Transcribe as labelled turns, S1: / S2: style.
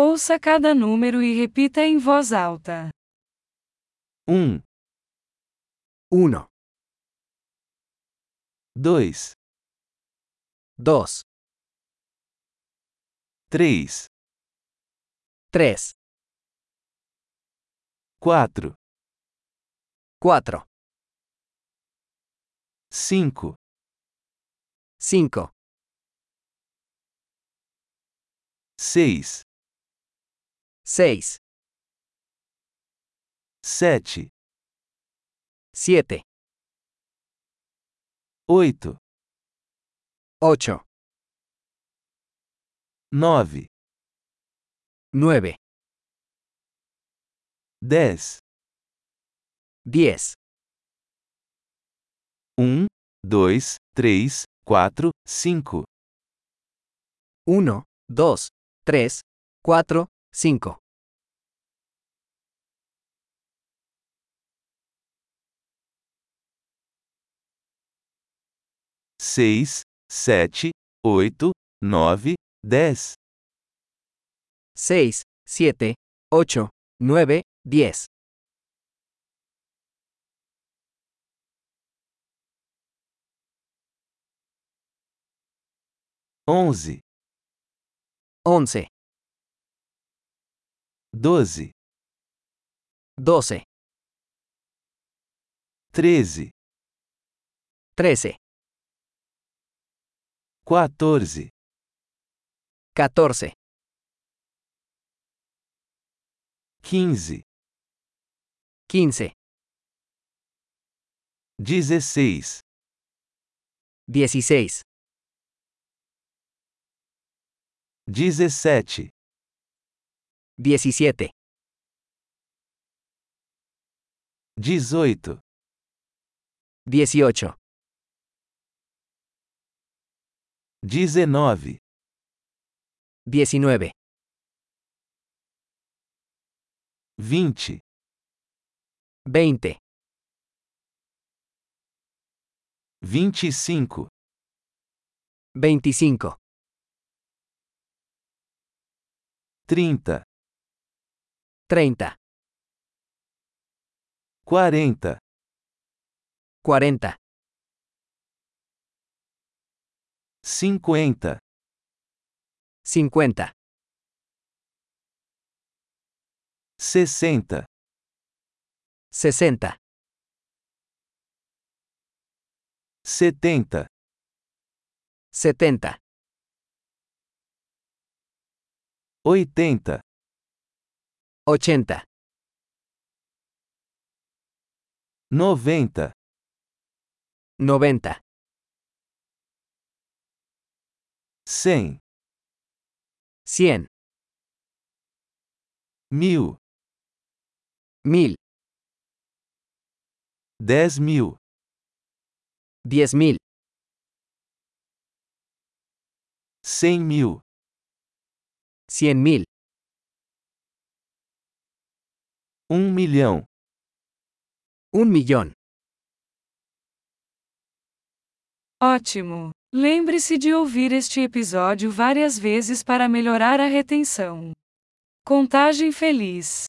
S1: Ouça cada número e repita em voz alta.
S2: 1,
S3: 1,
S2: 2,
S3: 2,
S2: 3,
S3: 3,
S2: 4,
S3: 4,
S2: 5,
S3: 5,
S2: 6,
S3: 6,
S2: 7,
S3: 7,
S2: 8,
S3: 8,
S2: 9,
S3: 9,
S2: 10,
S3: 10,
S2: 1, 2, 3, 4, 5,
S3: 1, 2, 3, 4, 5.
S2: seis, sete, oito, nove, dez,
S3: 6, 7, 8, 9, 10.
S2: 11,
S3: 11,
S2: 12,
S3: 12,
S2: 13,
S3: 13,
S2: 14,
S3: 14,
S2: 15,
S3: 15,
S2: 16,
S3: 16,
S2: 17,
S3: 17,
S2: 18,
S3: 18,
S2: 19,
S3: 19,
S2: 20,
S3: 20,
S2: 25,
S3: 25,
S2: 30,
S3: 30,
S2: 40,
S3: 40,
S2: 50,
S3: 50,
S2: 60,
S3: 60,
S2: 70,
S3: 70,
S2: 80,
S3: 80,
S2: 90,
S3: 90,
S2: 100,
S3: 100,
S2: 1000,
S3: 1000,
S2: 10 mil,
S3: 10000,
S2: 100 mil,
S3: 100000,
S2: 1 milhão,
S3: 1 millón.
S1: Ótimo! Lembre-se de ouvir este episódio várias vezes para melhorar a retenção. Contagem feliz.